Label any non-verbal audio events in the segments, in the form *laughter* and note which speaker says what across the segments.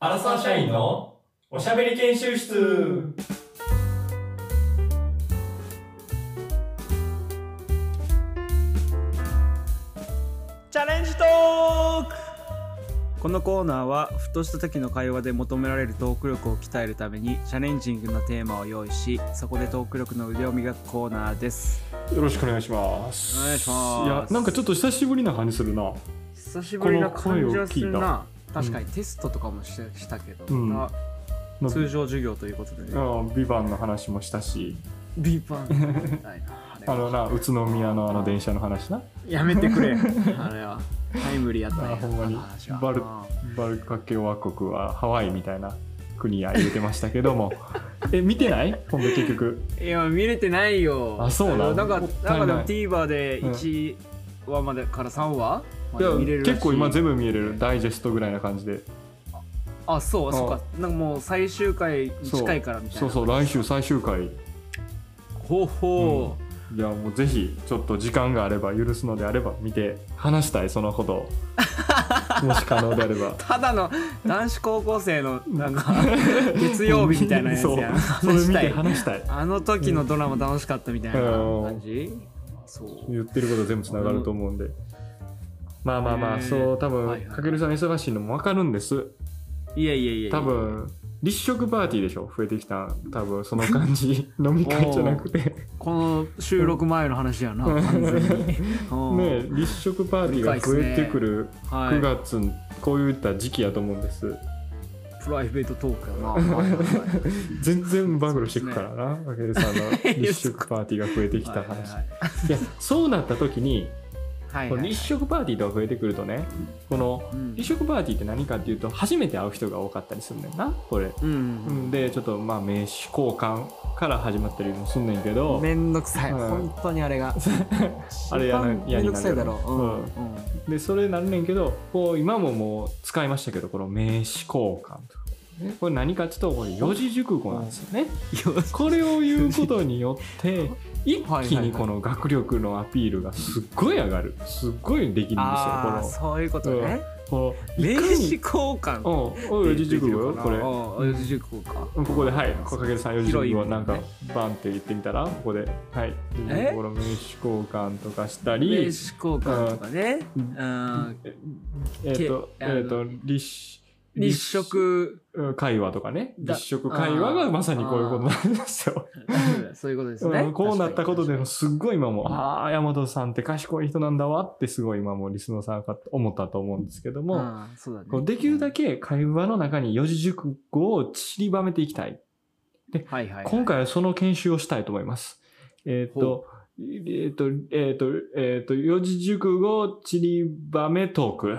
Speaker 1: アラサー社員のおしゃべり研修室
Speaker 2: チャレンジトーク
Speaker 3: このコーナーはふとした時の会話で求められるトーク力を鍛えるためにチャレンジングなテーマを用意しそこでトーク力の腕を磨くコーナーです
Speaker 4: よろしくお願いします。
Speaker 3: お願いします
Speaker 4: や、なんかちょっと久しぶりな感じするな。
Speaker 3: 久し
Speaker 4: ぶりな感じはするな
Speaker 3: 確かにテストとかもししたけど、
Speaker 4: うん
Speaker 3: まあ
Speaker 4: まあ
Speaker 3: 通常授業ということで
Speaker 4: う
Speaker 3: ね
Speaker 4: ん、ビバンの話もしたし、
Speaker 3: ビーパンみたいなあれ
Speaker 4: あ
Speaker 3: は
Speaker 4: のな、宇都宮のあの電車の話な。
Speaker 3: やめてく
Speaker 4: *laughs*
Speaker 3: れあれはタイムリーやったんや
Speaker 4: あほんまに
Speaker 3: あの話は
Speaker 4: バル
Speaker 3: あ
Speaker 4: バルカ共和国はハワイみたいな国や言うてましたけど
Speaker 3: *laughs*
Speaker 4: も。え、見てない今度結局。
Speaker 3: いや見れてないよ
Speaker 4: あそうなん
Speaker 3: なんか
Speaker 4: もっ
Speaker 3: なん
Speaker 4: たいない
Speaker 3: かでも TVer で1話までから3話ま
Speaker 4: い
Speaker 3: で
Speaker 4: や
Speaker 3: 見れるらしい
Speaker 4: 結構今全部見れる。ダイジェストぐらいな感じで。
Speaker 3: あそう
Speaker 4: あ
Speaker 3: そうかなんかもう最終回に近いからみたいな
Speaker 4: そうそう、来週最終回。
Speaker 3: ほうほ
Speaker 4: いや、もうぜひ、ちょっと時間があれば、許すのであれば、見て、話したい、そのこと
Speaker 3: *laughs*
Speaker 4: を。もし可能であれば
Speaker 3: う。ただの男子高校生のなんか月曜日みたいなやつや
Speaker 4: *laughs*
Speaker 3: ん
Speaker 4: そう
Speaker 3: 話
Speaker 4: それ
Speaker 3: し
Speaker 4: 見
Speaker 3: た
Speaker 4: て
Speaker 3: い
Speaker 4: 話したい。
Speaker 3: あの時のドラマ楽しかったみたいな
Speaker 4: うん
Speaker 3: 感じそう
Speaker 4: 言ってること全部つながると思うんで。まあまあま
Speaker 3: ね
Speaker 4: あ、
Speaker 3: え
Speaker 4: そう、多
Speaker 3: はい
Speaker 4: 分
Speaker 3: はい
Speaker 4: かけるさん忙しいのもわかるんです。
Speaker 3: いやいやいやいや
Speaker 4: 多分立食パーティーでしょ、増えてきたん。多分その感
Speaker 3: *laughs*
Speaker 4: じ、飲み会じゃなくて。
Speaker 3: この収録前の話やな完全にう
Speaker 4: *laughs*
Speaker 3: ん
Speaker 4: ねえ立食パーティーが増えてくる
Speaker 3: は
Speaker 4: 9
Speaker 3: い
Speaker 4: 月、こういった時期やと思うんです。
Speaker 3: プライベートトークやなはいは
Speaker 4: *laughs*
Speaker 3: いはい
Speaker 4: 全然バグルしていくからな、かけるさん
Speaker 3: *laughs*
Speaker 4: の立食パーティーが増えてきた話。
Speaker 3: はい
Speaker 4: いや、そうなった時に、
Speaker 3: はい
Speaker 4: この立食パーティーとか増えてくるとね、この、
Speaker 3: うん
Speaker 4: 離職パーティーって何かっていうと初めて会う人が多かったりするんだよなこれ、
Speaker 3: うん
Speaker 4: う
Speaker 3: うん
Speaker 4: ん、でちょっとまあ名刺交換から始まったりもすんねんけど
Speaker 3: めんどくさい
Speaker 4: うん
Speaker 3: 本当にあれが
Speaker 4: *laughs* あれやな
Speaker 3: 一番めんどくさいだろ
Speaker 4: やりながら
Speaker 3: うんうん
Speaker 4: でそれなんねんけどこう今ももう使いましたけどこの名刺交換とか、ね、これ何かっていうとこれ四字熟語なんですよねこれを言うことによ
Speaker 3: *laughs*
Speaker 4: って一気にこの学力のアピールがすっごい上がるすっごいできるんですよこ
Speaker 3: ああ
Speaker 4: の
Speaker 3: そういうことね
Speaker 4: この
Speaker 3: 名
Speaker 4: いか
Speaker 3: 刺
Speaker 4: に
Speaker 3: 交換
Speaker 4: うんおい四字熟語よこれ
Speaker 3: 四字熟語か
Speaker 4: ここではい、こかけるさん四字熟語
Speaker 3: 広い意味でね
Speaker 4: なんかバンって言ってみたら、ここではい、
Speaker 3: え
Speaker 4: この名刺交換とかした
Speaker 3: 名刺
Speaker 4: り、
Speaker 3: 交換とかねうん
Speaker 4: えっ、とえ
Speaker 3: けあの
Speaker 4: っ、と立
Speaker 3: 立食
Speaker 4: うん会話とかね、
Speaker 3: だ
Speaker 4: 立食会話がまさにこういうことなんですよ。
Speaker 3: そういうことですね
Speaker 4: うんこうなったことでも
Speaker 3: 確
Speaker 4: すっごい今も、ああ、山本さんって賢い人なんだわってすごい今もリスナーさんが思ったと思うんですけど
Speaker 3: かに
Speaker 4: も、
Speaker 3: あーそうだね
Speaker 4: こうできるだけ会話の中に四字熟語を散りばめていきたい。
Speaker 3: はいはいはい
Speaker 4: 今回はその研修をしたいと思います。えーっ、と、えーっ、と、えーっ、と、えーっ、と、四字熟語ちりばめトーク。よ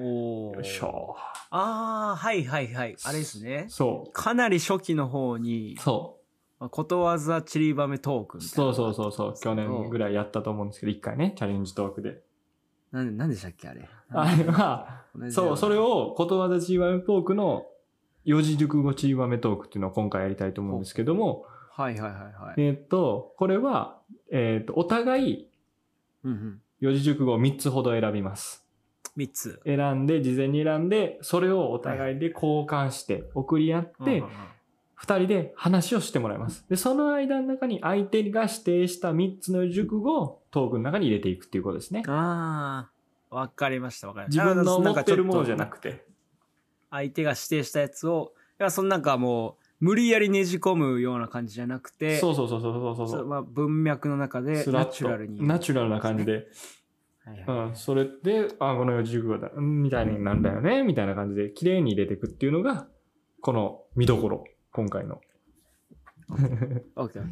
Speaker 3: おー
Speaker 4: いしょ。
Speaker 3: ああはいはいはいあれですね
Speaker 4: そ
Speaker 3: かなり初期の方に
Speaker 4: う。そ
Speaker 3: まあことわざちりばめトーク
Speaker 4: う。
Speaker 3: みたい
Speaker 4: そ
Speaker 3: な
Speaker 4: うそうそうそう。去年ぐらいやったと思うんですけど、一回ね、チャレンジトークで。
Speaker 3: なんなんでしたっけあれ
Speaker 4: あれは、そう、それ
Speaker 3: を
Speaker 4: をことわざちりばめトークの四字熟語ちりばめトークっていうのを今回やりたいと思うんですけども、
Speaker 3: はいはいはいはい、
Speaker 4: えーっ、と、これは、えーっ、と、お互い
Speaker 3: うんうん、
Speaker 4: 四字熟語を3つほど選びます。
Speaker 3: 3つ
Speaker 4: 選んで事前に選んでそれをお互いで交換して送り合って
Speaker 3: うんうん
Speaker 4: 2人で話をしてもらいますでその間の中に相手が指定した3つの熟語をトークの中に入れていくっていうことですね
Speaker 3: うんああわかりましたわかりまし
Speaker 4: 自
Speaker 3: た
Speaker 4: 分の思ってるものじゃな
Speaker 3: な
Speaker 4: ん
Speaker 3: かちょっと
Speaker 4: くて
Speaker 3: 相手が指定したやつをいやそのなんかもう無理やりねじ込むような感じじゃなくて
Speaker 4: そううそうそうそうそうそう
Speaker 3: まあ、文脈の中で
Speaker 4: ス
Speaker 3: ナ
Speaker 4: ラッ
Speaker 3: チ
Speaker 4: と
Speaker 3: ュラルに
Speaker 4: ナチュラルな感じで、
Speaker 3: はいは
Speaker 4: う
Speaker 3: い
Speaker 4: ん、それであこの四字熟語だうんみたいになんだよねみたいな感じで綺麗に入れていくっていうのがこの見どころ今回の
Speaker 3: オッケーオッケー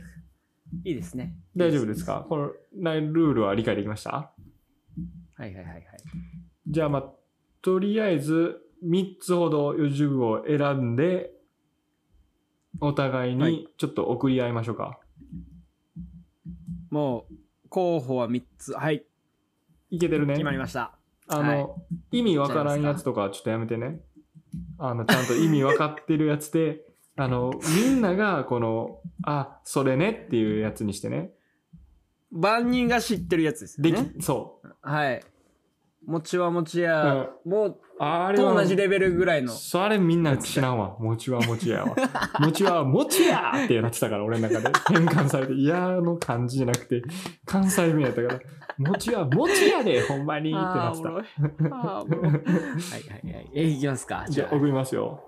Speaker 3: いいですね
Speaker 4: 大丈夫ですかこのルールは理解できました
Speaker 3: はいはいはいはい
Speaker 4: じゃあまあ、とりあえず3つほど四字熟語を選んで、お互い
Speaker 3: は
Speaker 4: に
Speaker 3: い
Speaker 4: ちょっと送り合いましょうか。
Speaker 3: もう候補は3つはい
Speaker 4: い、けてるね
Speaker 3: 決。まりました
Speaker 4: あの、意味わからんやつとかちょっとやめてね。あの、ちゃんと意味わかってるやつ
Speaker 3: *laughs*
Speaker 4: で、あの、みんながこの、あ、それねっていうやつにしてね。
Speaker 3: 万人が知ってるやつですよ
Speaker 4: で
Speaker 3: ね
Speaker 4: き、そ
Speaker 3: はい。もちはもちや、もう、
Speaker 4: あれ
Speaker 3: と
Speaker 4: は
Speaker 3: 同じレベルぐらいの。
Speaker 4: それみんな知らんわ。もちはもちや
Speaker 3: *laughs*
Speaker 4: わ。もちはもちやってなってたから、俺の中で。変換されて、いやーの感じじゃなくて、関西弁やったから、もちはもちやで、ほんまにってな
Speaker 3: あ
Speaker 4: って
Speaker 3: ーお
Speaker 4: た
Speaker 3: も。ろい。あーおもろい *laughs* はいはいはい。え、いきますか。
Speaker 4: じゃあ、送りますよ。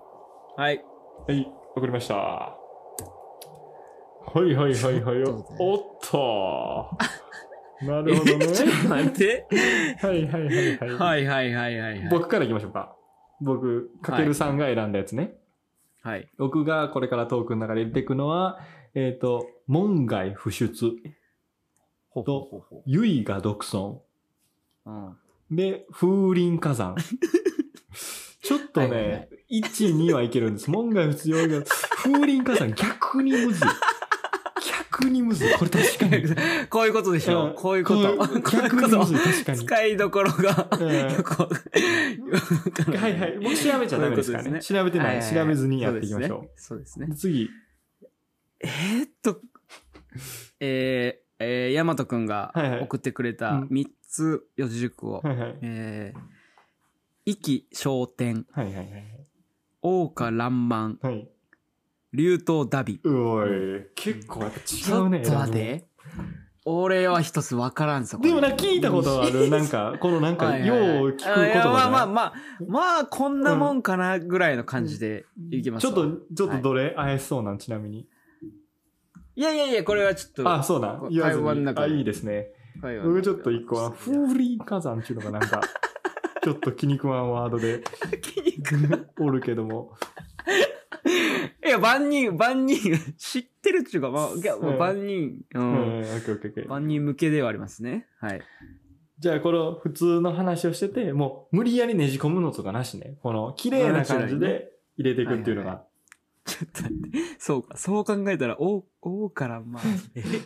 Speaker 3: あ。はい。
Speaker 4: はい、送りました。はいはいはいはい。
Speaker 3: ちょっと待って
Speaker 4: おっと。なるほどね。
Speaker 3: *laughs* ちょっと待って。
Speaker 4: はいはいはいはい。
Speaker 3: はいはいはいはいはい。
Speaker 4: 僕からいきましょうか。僕、かけるさんが選んだやつね。
Speaker 3: はい。
Speaker 4: 僕がこれからトークの中で入れていくのは、えっ、と、門外不出、
Speaker 3: ほ
Speaker 4: ほ
Speaker 3: ほほ。
Speaker 4: ゆいが独尊、
Speaker 3: うん。 *laughs*
Speaker 4: で、風林火山。ちょっと
Speaker 3: はいはいは
Speaker 4: ね、1、2はいけるんです。門外不出、ゆいが風林火山、逆にむずい。逆にむずい。これ確かに。
Speaker 3: こういう *laughs* ことでしょ。
Speaker 4: ん
Speaker 3: こういうこと。こういう
Speaker 4: 逆
Speaker 3: こ
Speaker 4: にむずい、
Speaker 3: と。
Speaker 4: 確かに。
Speaker 3: 使いどころが。
Speaker 4: うん
Speaker 3: よくわかんない
Speaker 4: はいはい。もう調べちゃダメですからね。
Speaker 3: こういうことです
Speaker 4: 調べてない,、
Speaker 3: はいはいはい
Speaker 4: 調べずにやっていきましょう。
Speaker 3: そうですね。
Speaker 4: 次。
Speaker 3: えーっと、えー、えー、ヤマトくんが
Speaker 4: はいはい
Speaker 3: 送ってくれ
Speaker 4: う
Speaker 3: た
Speaker 4: ん
Speaker 3: 3つ四字熟語。
Speaker 4: はいはい。
Speaker 3: えー、意気昇天、
Speaker 4: はいはいはい。
Speaker 3: 王家乱漫、
Speaker 4: はい。
Speaker 3: 竜頭ダビ。
Speaker 4: うおい。結構やっぱ
Speaker 3: ち
Speaker 4: 違
Speaker 3: ょ
Speaker 4: う
Speaker 3: っ
Speaker 4: ね。
Speaker 3: と待って。俺は一つ分からんぞ。これ
Speaker 4: でもな、聞いたことあ
Speaker 3: *laughs*
Speaker 4: る。なんか、このなん
Speaker 3: は
Speaker 4: か、
Speaker 3: いはいはい
Speaker 4: よう聞く言
Speaker 3: あいやまあまあ
Speaker 4: 葉
Speaker 3: まあ、まあこんなもんかなぐらいの感じでいき
Speaker 4: じゃな
Speaker 3: ま
Speaker 4: い。
Speaker 3: す
Speaker 4: ちょ
Speaker 3: わ
Speaker 4: っと、ちょっとどれ怪しそうなん、ちなみに。
Speaker 3: いやいやいや、これはちょっと。
Speaker 4: あ、そうなん。言わず
Speaker 3: 会話の
Speaker 4: に。
Speaker 3: 中
Speaker 4: あ、
Speaker 3: で
Speaker 4: いいですね。
Speaker 3: はいはい
Speaker 4: 僕ちょっと一個は、
Speaker 3: いや
Speaker 4: 風林火山っていうのがなん
Speaker 3: *laughs*
Speaker 4: か、ちょっと気に食わんワードで、
Speaker 3: 筋肉
Speaker 4: おるけども。
Speaker 3: いや、万人、万人、 *laughs* 知ってるっていうか、まあ、いや
Speaker 4: うん
Speaker 3: 万人、う
Speaker 4: うん、
Speaker 3: ん。
Speaker 4: オッケーオッケーオッケー。
Speaker 3: 万人向けではありますね。はい。
Speaker 4: じゃあこの普通の話をしてて、もう無理やりねじ込むのとかなしね。この綺麗な感じで入れていくっていうのが。
Speaker 3: ちょっと待って。そうか。そう考えたら、お、おから、まあ。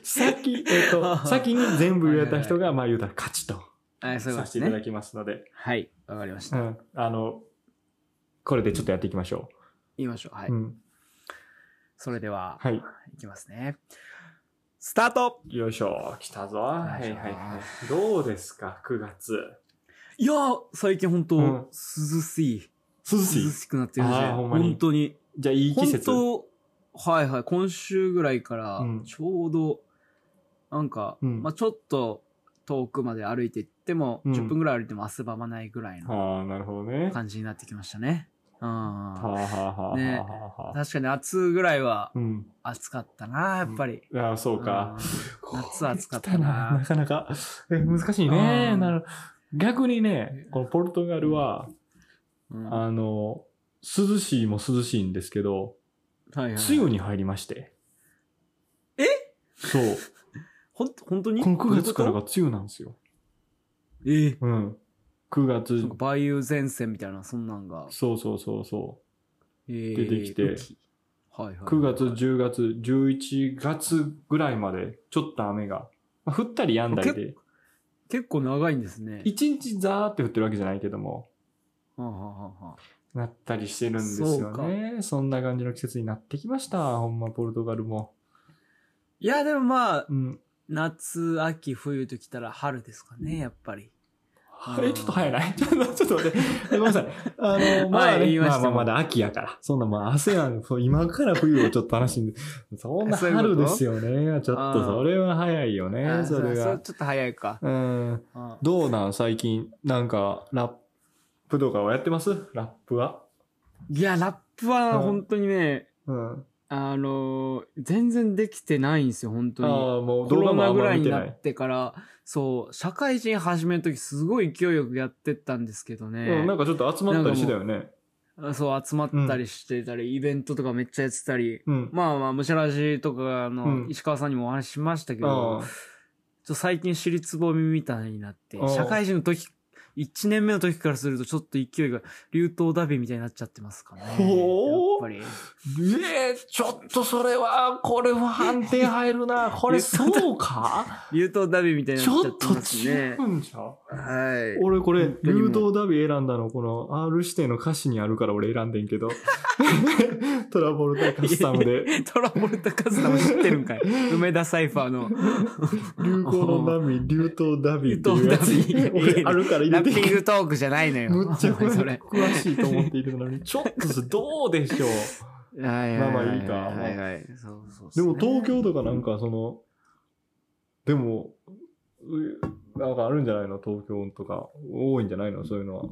Speaker 4: 先、えっと、
Speaker 3: *laughs*
Speaker 4: 先に全部入れた人が、まあ言うたら勝ちと
Speaker 3: はい、そういうこ
Speaker 4: させて
Speaker 3: と
Speaker 4: いた
Speaker 3: ね
Speaker 4: だ。きますので、
Speaker 3: はい。わかりまし
Speaker 4: う
Speaker 3: た。
Speaker 4: ん。あの、これでちょっとやっていきましょ。
Speaker 3: 言いましょう。はいう
Speaker 4: う。ん。
Speaker 3: それでは、
Speaker 4: はい。
Speaker 3: いきますね。スタート
Speaker 4: よいしょ、来たぞ。はいはいはい。どうですか、9月。
Speaker 3: いやー、最近本当、
Speaker 4: うん
Speaker 3: 涼しい。
Speaker 4: 涼
Speaker 3: 涼しくなってるし、
Speaker 4: あーほんまに
Speaker 3: 本当に。
Speaker 4: じゃあいい季節。
Speaker 3: 本当、はいはい、今週ぐらいから
Speaker 4: うん、
Speaker 3: ちょうど、なんか、
Speaker 4: うん
Speaker 3: まあちょっと遠くまで歩いて行っても、
Speaker 4: うん
Speaker 3: 10分ぐらい歩いても汗ばまないぐらいの
Speaker 4: ああ、なるほどね。は
Speaker 3: 感じになってきましたね。うん。
Speaker 4: あはあはあは
Speaker 3: ね
Speaker 4: あはあ。
Speaker 3: 確かに夏ぐらいは
Speaker 4: うん。
Speaker 3: 暑かったな、やっぱり。
Speaker 4: ああ、そうか。
Speaker 3: うん。夏は暑かったな
Speaker 4: な。かなか。え難しいね。
Speaker 3: うん
Speaker 4: なる逆にね、このポルトガルは、
Speaker 3: うんは
Speaker 4: あの、涼しいも涼しいんですけど、
Speaker 3: いはい。
Speaker 4: 梅雨に入りまして。
Speaker 3: え
Speaker 4: そう。
Speaker 3: ほん、本当に
Speaker 4: この9月からが
Speaker 3: どういうこ
Speaker 4: 梅雨なんですよ。
Speaker 3: とええ
Speaker 4: うん。9月
Speaker 3: なんか、梅雨前線みたいな、そんなんが。
Speaker 4: そうそうそうそ
Speaker 3: 出
Speaker 4: てきて。
Speaker 3: はいはいう
Speaker 4: 9月、10月、11月ぐらいまで、ちょっと雨が。まあ降ったりやんだりで。
Speaker 3: 結構長いんですね。
Speaker 4: 一日ザーって降ってるわけじゃないけども、
Speaker 3: はあはあはあはあ
Speaker 4: なったりしてるんですよね。そんな感じの季節になってきました。ほんま、ポルトガルも。
Speaker 3: いや、でもまあ、
Speaker 4: うん。
Speaker 3: 夏、秋、冬ときたら春ですかね、やっぱり。
Speaker 4: あれちょっと早ない *laughs* ちょっと、ちょっと待って。ごめんなさい。あの、ま
Speaker 3: は
Speaker 4: あ、
Speaker 3: い
Speaker 4: ね
Speaker 3: 言いま
Speaker 4: ま
Speaker 3: し
Speaker 4: あ
Speaker 3: た
Speaker 4: まあまだ秋やから。そんなまあ、汗なんでそう今から冬をちょっと話しんで。そんな
Speaker 3: そういうこと
Speaker 4: 春ですよね。ちょっと、それは早いよ
Speaker 3: あ
Speaker 4: ね。
Speaker 3: ー
Speaker 4: それ
Speaker 3: う
Speaker 4: が
Speaker 3: う。ちょっと早いか。
Speaker 4: うん。
Speaker 3: あ
Speaker 4: どうなん最近、なんか、ラップとかはやってますラップはい
Speaker 3: や、ラップは本当にね、
Speaker 4: うん。あ
Speaker 3: あのー全然できてないんですよ、本
Speaker 4: あ
Speaker 3: 当に。
Speaker 4: ー、もう動
Speaker 3: コロ
Speaker 4: 画もあ
Speaker 3: ナ
Speaker 4: ん
Speaker 3: ぐ
Speaker 4: ま
Speaker 3: ら
Speaker 4: 見
Speaker 3: いに
Speaker 4: て
Speaker 3: な
Speaker 4: な
Speaker 3: っ
Speaker 4: い。
Speaker 3: てから、そう、社会人始めるときすごい勢いよくやってったんですけどね。
Speaker 4: うん、なんかちょっと集まったりしてたよね。
Speaker 3: そう、集まったりしてたり、イベントとかめっちゃやってたり。
Speaker 4: うん。
Speaker 3: まあまあ、むしゃらじとか
Speaker 4: う
Speaker 3: の
Speaker 4: ん
Speaker 3: 石川さんにもお話ししましたけど、
Speaker 4: あ
Speaker 3: ちょっと最近尻つぼみみたいになって
Speaker 4: うん、
Speaker 3: 社会人の時、1年目の時からするとちょっと勢いが流頭ダビみたいになっちゃってますかね。
Speaker 4: ほ
Speaker 3: やっぱり。
Speaker 4: ーえーちょっとそれは、これは判定入るな。これそうか
Speaker 3: 流頭ダビみたいに
Speaker 4: ち
Speaker 3: なっ
Speaker 4: ょ
Speaker 3: ちゃ
Speaker 4: っ
Speaker 3: って
Speaker 4: と
Speaker 3: ます
Speaker 4: 違
Speaker 3: ね。
Speaker 4: うんじゃう
Speaker 3: はい。
Speaker 4: 俺これ
Speaker 3: 本、当にもう
Speaker 4: 流動ダビ選んだの、この R 指定の歌詞にあるから俺選んでん
Speaker 3: *laughs*
Speaker 4: けど。トラボルタカスタムで。
Speaker 3: トラボルタカズナも知ってるんかい。梅田サイファーの。
Speaker 4: 流行のダミー、流動ダビって
Speaker 3: 流
Speaker 4: いう
Speaker 3: 動
Speaker 4: や
Speaker 3: ダ
Speaker 4: つ
Speaker 3: ミー
Speaker 4: *laughs* 俺あるから入れ
Speaker 3: ッピングトークじゃないのよ。
Speaker 4: むっちゃ詳
Speaker 3: *laughs* それ。
Speaker 4: 詳しいと思っているのに、ちょっとどうで
Speaker 3: *laughs*
Speaker 4: しょう。
Speaker 3: はい
Speaker 4: まあま
Speaker 3: は
Speaker 4: あい
Speaker 3: い
Speaker 4: いか
Speaker 3: はいはい。そうそう
Speaker 4: で
Speaker 3: そう
Speaker 4: も東京とかなんかその、でも、うなんかあるんじゃないの東京とか多いんじゃないのそういうのは。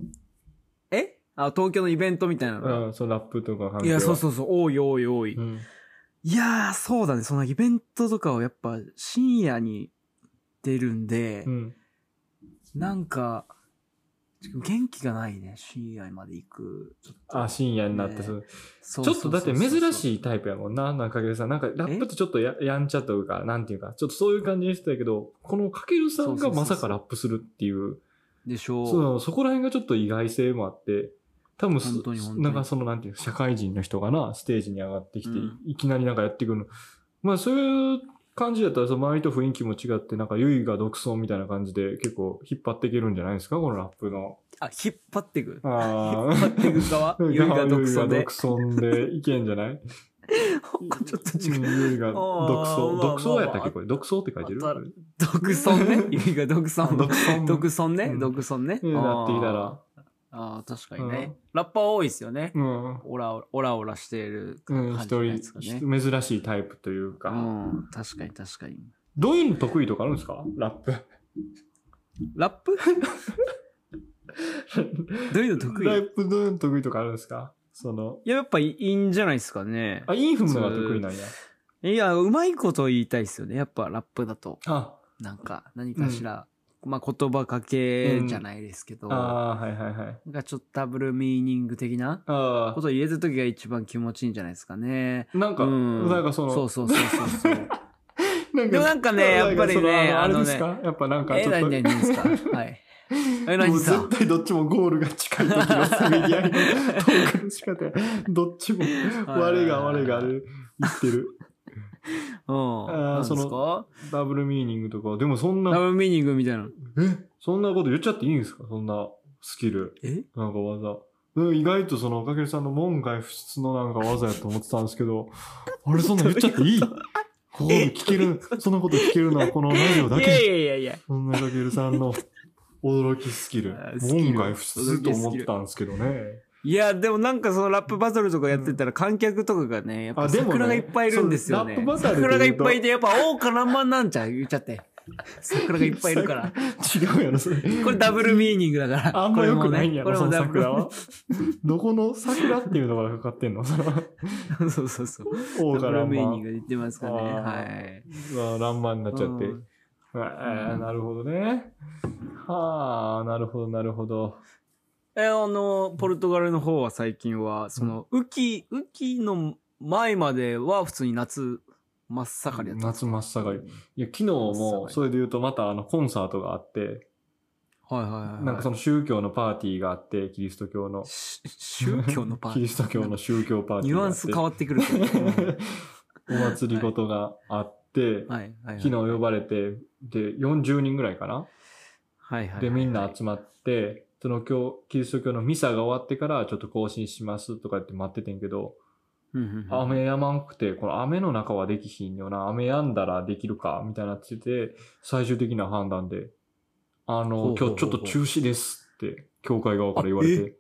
Speaker 3: えあ、東京のイベントみたいなのが
Speaker 4: うん、そのラップとか関
Speaker 3: い
Speaker 4: 係は
Speaker 3: や、そうそうそう、多い多い多い。
Speaker 4: うん。
Speaker 3: いやー、そうだね。そのイベントとかをやっぱ深夜に出るんで、
Speaker 4: うん。
Speaker 3: なんか、元気がないね。深夜まで行く。
Speaker 4: あ、深夜になっ
Speaker 3: ね
Speaker 4: て、
Speaker 3: え
Speaker 4: そう
Speaker 3: ち
Speaker 4: ちょっとだって珍
Speaker 3: い。
Speaker 4: しいタイプやもんな、なんかかけるさん。なんかラップってちょっとややんちゃというか、なんていうか、ちょっとそういう感じにしてたけど、このかけるさん
Speaker 3: そうそうそう
Speaker 4: が
Speaker 3: そう
Speaker 4: まさかラップするっていう、
Speaker 3: でしょ
Speaker 4: そうなのそこら辺がちょっと意外性もあって、多分す
Speaker 3: 本当に本当に
Speaker 4: なんかそのなんていうの社会人の人がな、ステージに上がってきて、
Speaker 3: うん
Speaker 4: いきなりなんかやってくるの。まあそういう感じだったら、その周りと雰囲気も違って、なんかゆいが独走みたいな感じで結構引っ張っていけるんじゃないですか、このラップの。
Speaker 3: あ、引っ張っていく。
Speaker 4: あ。
Speaker 3: 引っ張って *laughs* いく側ゆいが独
Speaker 4: ゆ
Speaker 3: 走
Speaker 4: いが
Speaker 3: で
Speaker 4: 独。尊でいけんじゃない
Speaker 3: *laughs* ちょっと違う。
Speaker 4: うんゆいが独
Speaker 3: あー
Speaker 4: 走。
Speaker 3: まあ
Speaker 4: 独走やったっ
Speaker 3: まあま
Speaker 4: け
Speaker 3: あ
Speaker 4: これ。独走って書いてる
Speaker 3: あ独尊ね。ゆいが独
Speaker 4: あ
Speaker 3: 尊。
Speaker 4: 尊
Speaker 3: 独尊
Speaker 4: う
Speaker 3: ね。
Speaker 4: ん
Speaker 3: 独尊ね。
Speaker 4: になってきたら。
Speaker 3: あー。あー確かに
Speaker 4: う
Speaker 3: ね
Speaker 4: ん。
Speaker 3: ラッパー多いですよね。
Speaker 4: うん。
Speaker 3: オラオラ、オラオラしてる
Speaker 4: うん、
Speaker 3: 感
Speaker 4: 一
Speaker 3: じのや
Speaker 4: 人、
Speaker 3: つがね。
Speaker 4: 珍しいタイプという
Speaker 3: う
Speaker 4: か。
Speaker 3: ん、確かに確かに。
Speaker 4: どういうの得意とかあるんですかラップ。
Speaker 3: ラッ
Speaker 4: *laughs*
Speaker 3: プどういうの得意
Speaker 4: ラップどういうの得意とかあるんですかその、
Speaker 3: いや、やっぱいいんじゃないですかね。
Speaker 4: あ、インフムのが得意なんや。
Speaker 3: いや、うまいこと言いたいですよね。やっぱラップだと。
Speaker 4: あ、
Speaker 3: なんか、何かしら、まあ言葉かけじゃないですけど、な
Speaker 4: あーはいはいはい。
Speaker 3: んかちょっとダブルミーニング的な
Speaker 4: あ
Speaker 3: ことを言えた時が一番気持ちいいんじゃないですかね。
Speaker 4: あ、なんか、
Speaker 3: うん。
Speaker 4: なんかその、
Speaker 3: そうそうそうそうそう。
Speaker 4: *laughs* なん
Speaker 3: でもなんかね
Speaker 4: なんか
Speaker 3: やっぱりね
Speaker 4: そのあのあ
Speaker 3: あ
Speaker 4: れ
Speaker 3: のね
Speaker 4: ですかやっぱなんかち
Speaker 3: え、
Speaker 4: ょっと、
Speaker 3: 何、何、何ですかはい。え、
Speaker 4: も
Speaker 3: 何
Speaker 4: う
Speaker 3: さ
Speaker 4: 絶対どっちもゴールが近い時のせめぎ合いのトークの仕方やどっちも、我が我がで言ってる。
Speaker 3: うん。
Speaker 4: あー
Speaker 3: 何です
Speaker 4: そ
Speaker 3: か
Speaker 4: ダブルミーニングとか、でもそん
Speaker 3: ダ
Speaker 4: な、
Speaker 3: ブルミーニングみたいな。
Speaker 4: え、そんなこと言っちゃっていいんですかそんなスキル。
Speaker 3: え
Speaker 4: なんか技。うん、意外とその、かけるさんの門外不出のなんか技やと思ってたんですけど、あれそんなん言っちゃっていいここで聞ける、そんなこと聞けるのはこのラジオだ
Speaker 3: いやい
Speaker 4: け。
Speaker 3: やいやいや。
Speaker 4: そんなかけるさんの驚きスキル
Speaker 3: あ。ースキル
Speaker 4: 門外不出と思ってたんですけどね。
Speaker 3: いや、でもなんかそのラップバトルとかやってたら観客とかがね、やっ
Speaker 4: あ
Speaker 3: ぱ
Speaker 4: でもね
Speaker 3: 桜がいっぱいいるんですよね。
Speaker 4: そうラップバトルで言うと
Speaker 3: 桜がいっぱいいて、やっぱ、おうからんまんなんちゃう言っちゃって。桜がいっぱいいるから。
Speaker 4: 違うやろ、それ。
Speaker 3: これダブルミーニングだから。
Speaker 4: あんま良くないんや
Speaker 3: こ
Speaker 4: ろ、
Speaker 3: れ
Speaker 4: そ
Speaker 3: も
Speaker 4: の
Speaker 3: ねこれ
Speaker 4: 桜は
Speaker 3: も。
Speaker 4: どこの桜っていうのがかかってんのそ *laughs* の、
Speaker 3: ダブルそうそうそう。
Speaker 4: 王か
Speaker 3: ダブ
Speaker 4: ら
Speaker 3: ル
Speaker 4: ん
Speaker 3: ミ
Speaker 4: ま
Speaker 3: ー
Speaker 4: ん
Speaker 3: ニングで言ってますからね。
Speaker 4: あ
Speaker 3: は
Speaker 4: ー
Speaker 3: い。
Speaker 4: まあ、らんまんになっちゃって
Speaker 3: う。ん
Speaker 4: ああ、なるほどね。はあ、なるほど、なるほど。
Speaker 3: え、あの、ポルトガルの方は最近は、その、雨季、雨季の前までは普通に夏真っ盛りやった。
Speaker 4: 夏真っ盛り。いや、昨日も、それで言うと、またあの、コンサートがあって、
Speaker 3: はいはいはいはい。
Speaker 4: なんかその宗教のパーティーがあって、キリスト教の。
Speaker 3: し宗教のパー
Speaker 4: キ
Speaker 3: ティ
Speaker 4: リ
Speaker 3: ー。
Speaker 4: スト教の宗教パーティ
Speaker 3: ニ
Speaker 4: ー
Speaker 3: ュ
Speaker 4: が
Speaker 3: ア
Speaker 4: あ
Speaker 3: ン
Speaker 4: って。
Speaker 3: ス変わってくる
Speaker 4: *laughs*
Speaker 3: けど。うん
Speaker 4: お祭りごとがあって、
Speaker 3: はいはいはい。
Speaker 4: 昨日呼ばれて、で、40人ぐらいかな
Speaker 3: はいはいはい。
Speaker 4: で、みんな集まって、その今日、キリスト教のミサが終わってから、ちょっと更新しますとか言って待っててんけど、
Speaker 3: うんうんうん。
Speaker 4: 雨やまんくて、この雨の中はできひんよな、雨やんだらできるか、みたいなってて、最終的な判断で、あ
Speaker 3: ほ
Speaker 4: の
Speaker 3: う、ほう
Speaker 4: 今
Speaker 3: ほうほう
Speaker 4: 日ちょっと中止ですって、教会側から言われて、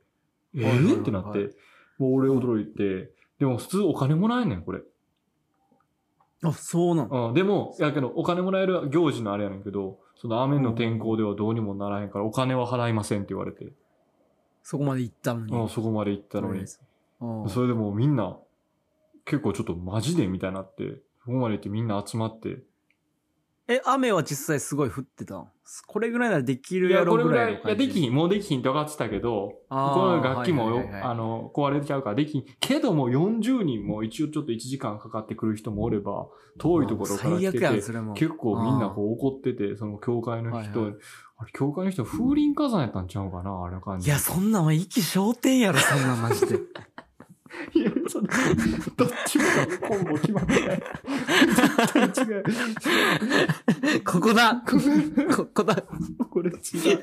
Speaker 4: え
Speaker 3: えはいはいはい
Speaker 4: ーってなって、もう俺驚いて、でも普通お金もらえんねん、これ。
Speaker 3: あ、そうなの
Speaker 4: うん、でも、やけど、お金もらえる行事のあれやねんけど、その雨の天候ではどうにもならへんから、お金は払いませんって言われて、
Speaker 3: そこまで行ったのに。
Speaker 4: うん、そこまで行ったのに。
Speaker 3: うん
Speaker 4: それでもうみんな、結構ちょっとマジでみたいになって、そこまで行ってみんな集まって、
Speaker 3: え、雨は実際すごい降ってたのこれぐらいならできる
Speaker 4: い
Speaker 3: や
Speaker 4: や、こ
Speaker 3: ろ
Speaker 4: れ
Speaker 3: ぐ
Speaker 4: ぐ
Speaker 3: ら
Speaker 4: ら
Speaker 3: い
Speaker 4: い、
Speaker 3: の
Speaker 4: い
Speaker 3: 感
Speaker 4: や、
Speaker 3: じ。
Speaker 4: できひん、もうできひんとかってたけど、
Speaker 3: あー
Speaker 4: この楽器もよ、
Speaker 3: はいはいはいはい
Speaker 4: あの、壊れちゃうからできひん。けども40人も一応ちょっと1時間かかってくる人もおれば、遠いところから
Speaker 3: 最
Speaker 4: 来て
Speaker 3: 悪やん、
Speaker 4: て、
Speaker 3: それも。
Speaker 4: 結構みんなこう怒ってて、その教会の人、
Speaker 3: はいは
Speaker 4: あれ、教会の人風林火山やったんちゃうかな、あれ感
Speaker 3: い
Speaker 4: じ。
Speaker 3: や、そんなんは息焦点やろ、そんなん
Speaker 4: *laughs*
Speaker 3: マジで。
Speaker 4: いやそんなどっちもコンボ決まってない。絶対違う。
Speaker 3: ここだここだ
Speaker 4: これ違う。こ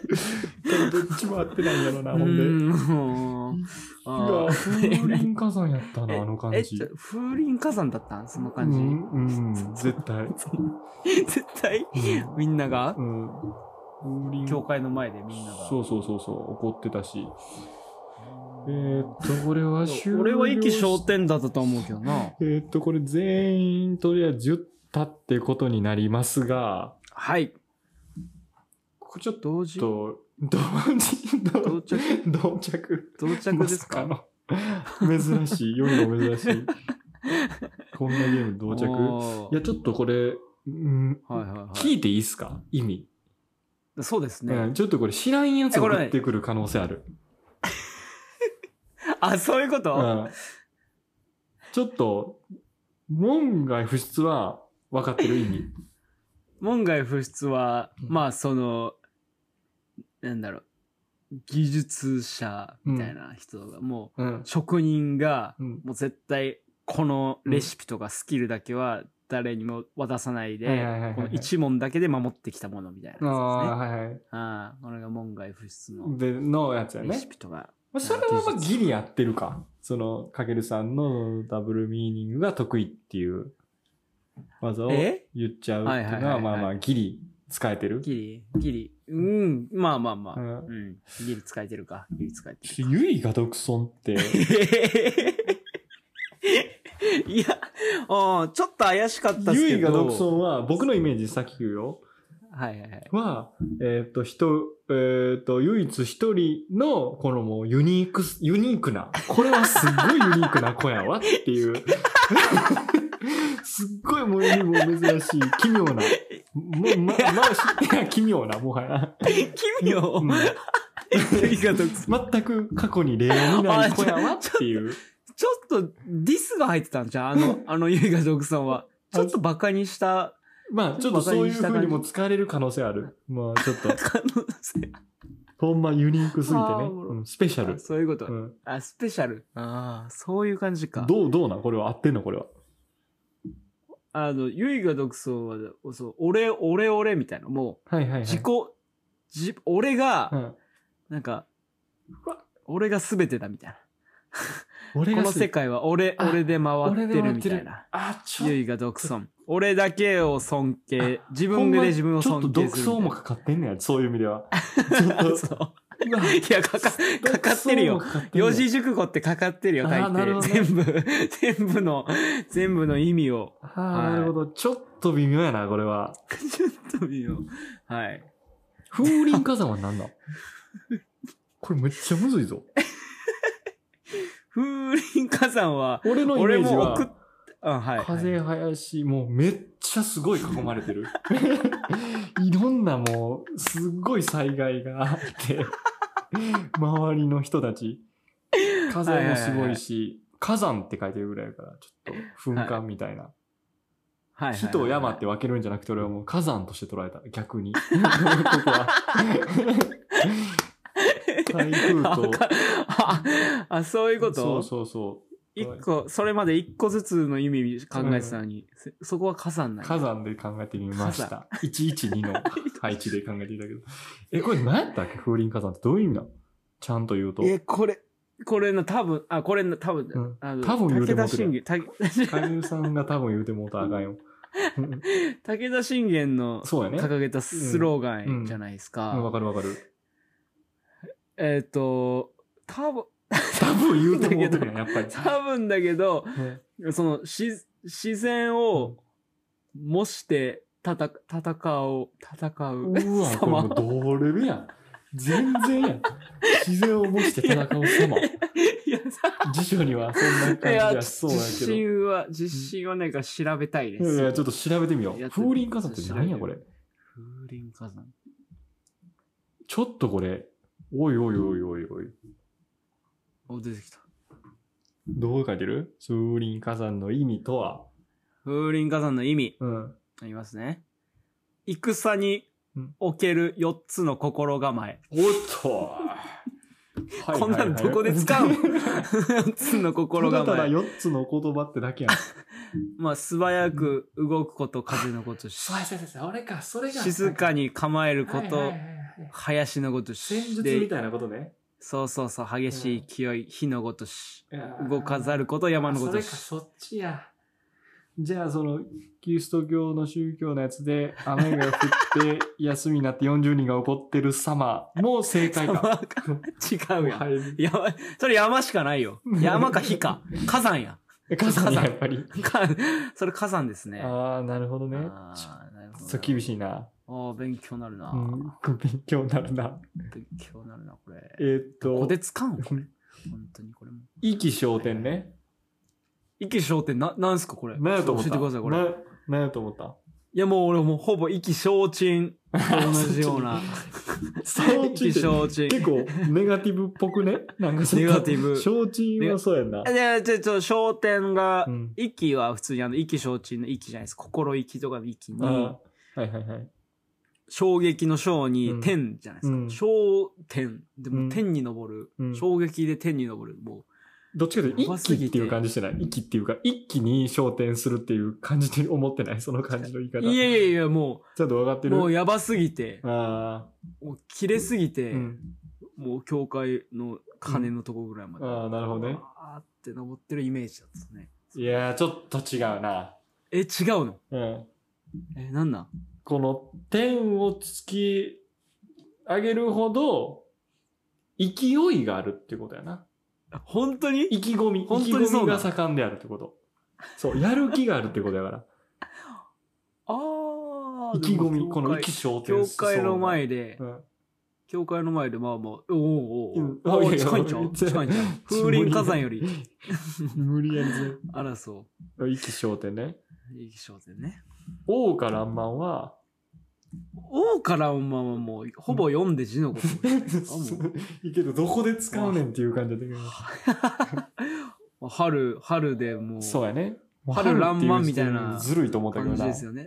Speaker 4: れどっちも合ってないんやろな、
Speaker 3: う
Speaker 4: ほんで。
Speaker 3: ーんもう
Speaker 4: いや、
Speaker 3: あー
Speaker 4: 風林火山やった *laughs*
Speaker 3: え
Speaker 4: な、あの感
Speaker 3: え、
Speaker 4: じ
Speaker 3: ち。ょ風林火山だったんその感じ
Speaker 4: う。ん、うん、絶対。
Speaker 3: 絶対みんなが
Speaker 4: うん。風鈴
Speaker 3: 教会の前でみんなが。
Speaker 4: そうそうそうそう怒ってたしえー、っとこれは終了
Speaker 3: 俺は駅商店だったと思うけどな。
Speaker 4: えー、っとこれ全員とりあえず10たってことになりますが
Speaker 3: はい。
Speaker 4: ここちょっと
Speaker 3: 同時、
Speaker 4: 同時
Speaker 3: 到
Speaker 4: 同
Speaker 3: 着、
Speaker 4: 同着
Speaker 3: 到着ですか
Speaker 4: まさかの珍しい夜の珍
Speaker 3: *laughs*
Speaker 4: しいこんなゲーム到着
Speaker 3: 着
Speaker 4: いやちょっとこれ、うん
Speaker 3: はいはいは
Speaker 4: 聞いていいっすか意味、
Speaker 3: い。そうですね。
Speaker 4: うんちょっとこれ知らんやつ
Speaker 3: えこれ
Speaker 4: 送ってくる可能性ある、
Speaker 3: あ、そういうこと、
Speaker 4: うんちょっと門外不出は分かってる意
Speaker 3: *laughs*
Speaker 4: 味
Speaker 3: 門外不出は、まあその、なんだろう、技術者みたいな人が、も
Speaker 4: うん
Speaker 3: う、職人が、
Speaker 4: うん
Speaker 3: もう絶対このレシピとかスキルだけは誰にも渡さないで、
Speaker 4: はいはいはいはい
Speaker 3: この一問だけで守ってきたものみたい
Speaker 4: あ
Speaker 3: なやつ
Speaker 4: あ
Speaker 3: ですね。
Speaker 4: はいはい
Speaker 3: ああ、これが門外不出の
Speaker 4: でのやつや
Speaker 3: レ
Speaker 4: ね
Speaker 3: シピとか。
Speaker 4: まあそれはまあギリやってるかそのかけるさんのダブルミーニングが得意っていう技を言
Speaker 3: え
Speaker 4: っちゃうっていうの
Speaker 3: はいはいはいは
Speaker 4: はいまあまあギリ使えてる、
Speaker 3: ギリ、ギリ。うん、まあまあまあ。
Speaker 4: う
Speaker 3: うんん、ギリ使えてるか。ギリ使えてるか。
Speaker 4: ゆいが独尊
Speaker 3: *laughs*
Speaker 4: って
Speaker 3: いや、うんちょっと怪しかったっす
Speaker 4: ゆ
Speaker 3: けど。
Speaker 4: いが独尊は、僕のイメージさっき言うよ。
Speaker 3: はいはいはい。
Speaker 4: は、えっ、と、人、えっ、と、唯一一人の、このもうユニークす、ユニークな、これはすっごいユニークな子やわっていう。 *laughs* すっごいもう、もう珍しい、奇妙な。もう、ま、まあ、しいや奇妙な、もはや。
Speaker 3: 奇妙
Speaker 4: うん
Speaker 3: ゆいが独尊
Speaker 4: 全く過去に例を見ない子やわっていう。
Speaker 3: ちょっとディスが入ってたんじゃんあの、あのゆいが独尊は。ちょっとバカにした
Speaker 4: まあ、ちょっとそういう風にも使われる可能性ある。まあ、ちょっと、
Speaker 3: 可能性。
Speaker 4: ほんまユニークすぎてね
Speaker 3: *laughs* あーおも。ろ
Speaker 4: うん、スペシャ
Speaker 3: あ
Speaker 4: ル。
Speaker 3: そういうこと
Speaker 4: う。ん
Speaker 3: あ、スペシャル。ああ、そういう感じか。
Speaker 4: どう、どうなんこれは合ってんのこれは。
Speaker 3: あの、ゆいが独尊は、そう、俺、俺、俺みたいな。も
Speaker 4: はいはいは
Speaker 3: う、
Speaker 4: い。
Speaker 3: 自己、じ、俺が、
Speaker 4: うん、
Speaker 3: なんか
Speaker 4: うわ、
Speaker 3: 俺が全てだみたいな。
Speaker 4: 俺
Speaker 3: この世
Speaker 4: 界
Speaker 3: 界は俺、
Speaker 4: あ
Speaker 3: 俺で回
Speaker 4: 俺
Speaker 3: っ
Speaker 4: で
Speaker 3: て
Speaker 4: 回
Speaker 3: る
Speaker 4: っ
Speaker 3: み
Speaker 4: て
Speaker 3: た
Speaker 4: る
Speaker 3: いな。
Speaker 4: あちょ
Speaker 3: ゆいが独尊。俺だけを尊敬。自分で自分を
Speaker 4: ちょっと
Speaker 3: 尊
Speaker 4: 独
Speaker 3: 敬するみたいな。
Speaker 4: 走もかかってんねやそういう意味ではちょっと
Speaker 3: *laughs* そう
Speaker 4: うわ
Speaker 3: いや、かか、かかってるよ
Speaker 4: 独走もかかってんねや
Speaker 3: 四字熟語ってかかってるよ、
Speaker 4: あー
Speaker 3: 大
Speaker 4: なるほ
Speaker 3: 抵。
Speaker 4: どね
Speaker 3: 全部、 *laughs* 全部の、全部の意味を。
Speaker 4: あーなるほどちょっと微妙やなこれは
Speaker 3: ちょっと見よう。はい。
Speaker 4: 風林火山は何
Speaker 3: *laughs*
Speaker 4: だこれめっちゃむずいぞ
Speaker 3: 風林火山は、
Speaker 4: 俺のイメ
Speaker 3: 俺
Speaker 4: ージ
Speaker 3: も
Speaker 4: は
Speaker 3: 送っ、あ、はい。
Speaker 4: 風林もうめっちゃすごい囲まれてる *laughs* いろんなもうすっごい災害があ *laughs* って周りの人たち風もすごいし火山って書いてるぐらいやからちょっと噴火みたいな、
Speaker 3: はい。
Speaker 4: 火と山って
Speaker 3: は
Speaker 4: 分けるんじゃなくて俺はもう火山として捉えた逆 *laughs* にここ *laughs* は台
Speaker 3: い
Speaker 4: 風
Speaker 3: はい
Speaker 4: と
Speaker 3: はいあかああ、そういうこと
Speaker 4: そうそうそう
Speaker 3: 一個、それまで一個ずつの意味考えてたのに、そそこは火山なんや
Speaker 4: 火山で考えてみました。112の
Speaker 3: *laughs*
Speaker 4: 配置で考えていたけど。え、これ何やったっけ風林火山ってどういう意味なのちゃんと言うと。
Speaker 3: え、これ、これな、多分、あ、これな、多分、
Speaker 4: うん
Speaker 3: あの
Speaker 4: 多分言うて
Speaker 3: 武
Speaker 4: も
Speaker 3: 田
Speaker 4: うて
Speaker 3: 信
Speaker 4: る
Speaker 3: 玄、た
Speaker 4: カエルさんが多分言うてもうたらあかんよ。うん
Speaker 3: *laughs* 武田信玄の
Speaker 4: そうやね。
Speaker 3: 掲げたスローガンじゃないですか。
Speaker 4: うんわかるわかる。
Speaker 3: えっ、と、多分、
Speaker 4: 多分言うても
Speaker 3: *laughs*
Speaker 4: うてるやん、やっぱり。
Speaker 3: 多分だけど、 *laughs*
Speaker 4: ね
Speaker 3: その、し、自然を模して、たた、戦う、戦う。
Speaker 4: うわ、これもうドレベルやん。全然やん。自然を模して戦う様。
Speaker 3: *laughs* いや、さ
Speaker 4: 辞書にはそんな感
Speaker 3: い
Speaker 4: じ
Speaker 3: や、
Speaker 4: がしそうやけ
Speaker 3: 自
Speaker 4: ど。い
Speaker 3: 信は、自信はなんか調べたいです。
Speaker 4: やいや、ちょっと調べてみよ。
Speaker 3: いうや
Speaker 4: 風林火山って何や、これ。
Speaker 3: 風林火山。
Speaker 4: ちょっとこれ。おいおいおいおいおい。
Speaker 3: お、出てきた。
Speaker 4: どう書いてる風林火山の意味とは。
Speaker 3: 風林火山の意味、
Speaker 4: うん。
Speaker 3: ありますね。戦における4つの心構え。
Speaker 4: おっ *laughs* とはいはいはい
Speaker 3: こんなんどこ
Speaker 4: *laughs*
Speaker 3: で使うの ?4 つの心
Speaker 4: ただた
Speaker 3: 構
Speaker 4: だ
Speaker 3: え。
Speaker 4: 4つの言葉ってだけやん。
Speaker 3: まあ、素早く動くこと、風のこと、
Speaker 4: *laughs*
Speaker 3: し
Speaker 4: そうそうそう、俺か、それ
Speaker 3: 静かに構えること、林のごと
Speaker 4: 戦
Speaker 3: し、
Speaker 4: 術
Speaker 3: で
Speaker 4: みたいなことね。
Speaker 3: そうそうそう、激しい勢い、火のごとし、動か
Speaker 4: る
Speaker 3: ざること、山のご
Speaker 4: そ
Speaker 3: と
Speaker 4: れか、
Speaker 3: し。
Speaker 4: そっちや。じゃあそのキリスト教の宗教のやつで雨が降って休みになって40人が怒ってる様も正解か。
Speaker 3: 違うやん。山、それ山しかないよ。山か火か。火山や。
Speaker 4: 火山ややっぱり。
Speaker 3: かそれ火山ですね。
Speaker 4: ああ、なるほどね。
Speaker 3: あ
Speaker 4: ちょ
Speaker 3: ーなるほ
Speaker 4: っ
Speaker 3: ど
Speaker 4: と厳しいな。
Speaker 3: ああ、勉強になるな。
Speaker 4: うん、勉強になる
Speaker 3: *laughs*
Speaker 4: な。
Speaker 3: 勉強になるな、これ。
Speaker 4: えーっ、
Speaker 3: ことでつかんこれ。本当にこれも。
Speaker 4: 意気昇天ね。
Speaker 3: 意気消点な、なんすかこれ。
Speaker 4: 何やと思った
Speaker 3: 教えてください、これ。
Speaker 4: な何やと思った
Speaker 3: いや、もう俺もうほぼ意気消沈と同じよ
Speaker 4: *laughs*
Speaker 3: うな。
Speaker 4: 承
Speaker 3: 意
Speaker 4: 知
Speaker 3: 気
Speaker 4: って
Speaker 3: *laughs* 消沈。
Speaker 4: 結構ネガティブっぽくねなんかそんな
Speaker 3: ネガティブ
Speaker 4: 承知はそうやんな。
Speaker 3: で、ちょ、ちょ、焦点が
Speaker 4: う、ん。
Speaker 3: 意気は普通にあの、意気消沈の意気じゃないです。心意気とかの意気
Speaker 4: あ
Speaker 3: に、
Speaker 4: ーはいはいはい。
Speaker 3: 衝撃の衝
Speaker 4: うん
Speaker 3: に天じゃないですか。
Speaker 4: うん
Speaker 3: 焦点。で
Speaker 4: うん
Speaker 3: も天に昇る。
Speaker 4: うん
Speaker 3: 衝撃で天に昇る。も
Speaker 4: どっちかというと、
Speaker 3: 怖
Speaker 4: 一
Speaker 3: す
Speaker 4: 気
Speaker 3: ぎて。
Speaker 4: っていう感じしてない一気っていうか、一気に焦点するっていう感じで思ってないその感じの言いう方。
Speaker 3: いやいやいや、も
Speaker 4: ちょっと分かって
Speaker 3: う、
Speaker 4: る
Speaker 3: もうやばすぎて、
Speaker 4: あ
Speaker 3: もう切れすぎて、
Speaker 4: ー、うん、
Speaker 3: もう教会の鐘のとこぐらいまで。
Speaker 4: あーなるほどね。
Speaker 3: あーって登ってるイメージだったんですね。
Speaker 4: いやー、ちょっと違うな。
Speaker 3: え、違うの
Speaker 4: うん。
Speaker 3: え、なんなん
Speaker 4: この点を突き上げるほど、勢いがあるっていうことやな。
Speaker 3: 本当に
Speaker 4: 意気込み。
Speaker 3: 本当
Speaker 4: 意
Speaker 3: に
Speaker 4: 気込
Speaker 3: そ
Speaker 4: み
Speaker 3: う
Speaker 4: が
Speaker 3: なの
Speaker 4: 盛んであるってこと。そう、やる気があるってことや *laughs* から。
Speaker 3: ああ。
Speaker 4: 意気込み、この意
Speaker 3: 意
Speaker 4: 気
Speaker 3: 気
Speaker 4: 昇
Speaker 3: 教
Speaker 4: 天
Speaker 3: 会の前で
Speaker 4: う、ん。
Speaker 3: 教会の前で、まあまあ、おお
Speaker 4: う
Speaker 3: お
Speaker 4: ん
Speaker 3: う
Speaker 4: あ
Speaker 3: おう
Speaker 4: いやいや
Speaker 3: 近いんちゃう近
Speaker 4: *laughs*
Speaker 3: いんちゃう風林火山より。
Speaker 4: 無理やりぜ。
Speaker 3: 争
Speaker 4: *laughs* 意気昇天ね。
Speaker 3: う。意気昇天ね。
Speaker 4: 王からんまんは、
Speaker 3: 王からおまはもう、ほぼ読んで字のこと。 *laughs* も
Speaker 4: *laughs* いいけど、どこで使うねんっていう感じだけど。
Speaker 3: う春、春でもう、
Speaker 4: そうやね。
Speaker 3: 春らんまんみたいな
Speaker 4: 春ってうずるいと思ったけど
Speaker 3: 感じ
Speaker 4: な
Speaker 3: で。すよね。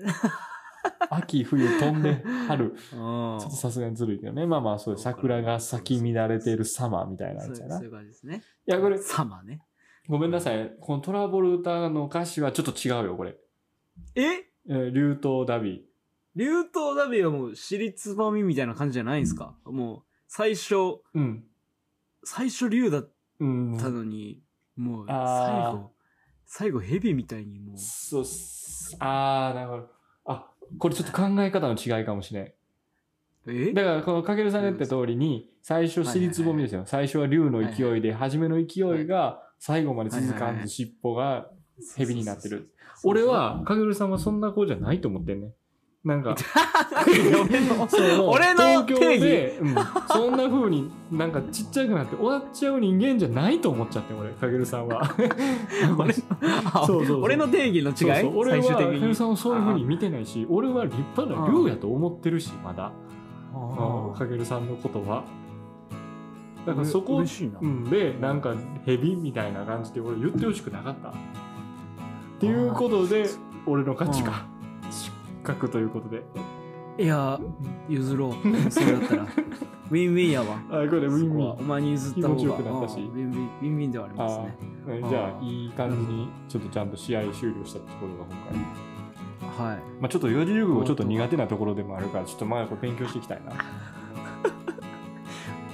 Speaker 4: 秋、冬飛んで、春。
Speaker 3: う
Speaker 4: ちょ
Speaker 3: ん。
Speaker 4: っと
Speaker 3: *laughs* そ
Speaker 4: さすがにずるいけどね。まあまあ、そうです桜が咲き乱れているサマーみたいなや
Speaker 3: う
Speaker 4: つ
Speaker 3: そ
Speaker 4: や
Speaker 3: う
Speaker 4: な。い
Speaker 3: いう感じですね。
Speaker 4: や、これ、
Speaker 3: サマーね。
Speaker 4: ごめんなさい。このトラボルタの歌詞はちょっと違うよ、これ。
Speaker 3: え
Speaker 4: えー、竜頭ダビ
Speaker 3: 竜頭ダビはもう、尻つばみみたいな感じじゃないんですかもう、最初、
Speaker 4: ー。うん。
Speaker 3: 最初竜だっ
Speaker 4: うん。
Speaker 3: たのに、もう、最
Speaker 4: あー
Speaker 3: 後、最後蛇みたいにもう、
Speaker 4: そうっす。あー、なるほど。あ、これちょっと考え方の違いかもしれん。
Speaker 3: え
Speaker 4: だから、このかけるさんが言った通りに、最初、尻つぼみですよ。最初は竜の勢いで、初めの勢いが最後まで続
Speaker 3: は
Speaker 4: か
Speaker 3: いはいは
Speaker 4: ず、
Speaker 3: い
Speaker 4: 尻尾が蛇になってる。
Speaker 3: そうそう
Speaker 4: 俺
Speaker 3: そう。
Speaker 4: は、かけるさんはそんな子じゃないと思ってんね。なんか、
Speaker 3: *laughs* 俺の
Speaker 4: そう
Speaker 3: 俺の
Speaker 4: 東京で、うん、そんな風になんかちっちゃくなって終わっちゃう人間じゃないと思っちゃって俺かげるさんは
Speaker 3: 俺
Speaker 4: *laughs* *laughs*
Speaker 3: あ
Speaker 4: そうそうそう
Speaker 3: 俺の定義の違い
Speaker 4: そうそう俺
Speaker 3: 最終
Speaker 4: は
Speaker 3: 的
Speaker 4: かげる
Speaker 3: に
Speaker 4: さんをそういう風に見てないし俺は立派な竜やと思ってるしまだ
Speaker 3: あ
Speaker 4: かげるさんのことはだから
Speaker 3: うれ
Speaker 4: そこ
Speaker 3: 嬉しいな
Speaker 4: うんでなんか蛇みたいな感じで俺言ってほしくなかったっていうことで俺の価値が失格ということで
Speaker 3: いや譲ろうそれだったらウィンウィンやわ
Speaker 4: あこれ *laughs* ウィンウ
Speaker 3: そ
Speaker 4: ィ
Speaker 3: こは
Speaker 4: ン
Speaker 3: お前に譲った
Speaker 4: 気持ち
Speaker 3: 方
Speaker 4: よ
Speaker 3: が
Speaker 4: くなったし
Speaker 3: うんウィンウィンウィンウィンではありますね
Speaker 4: ね
Speaker 3: あー
Speaker 4: じゃあいい感じにちょっとちゃんと試合終了したってことが今回、
Speaker 3: はい
Speaker 4: まあ、ちょっと四字熟語ちょっと苦手なところでもあるからちょっとまだこれ勉強していきたいな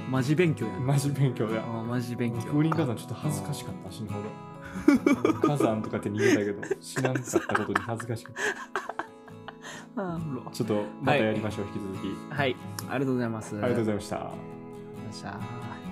Speaker 3: マジ勉強やな
Speaker 4: マジ勉強だ
Speaker 3: あマジ勉強
Speaker 4: 風林火山ちょっと恥ずかしかった死ぬほど火山とかって逃げたけど死なんかったことに恥ずかしかった
Speaker 3: あほら
Speaker 4: ちょっとまたやりましょう、引き続き
Speaker 3: はいありがとうございます
Speaker 4: ありがとうございました、
Speaker 3: ございました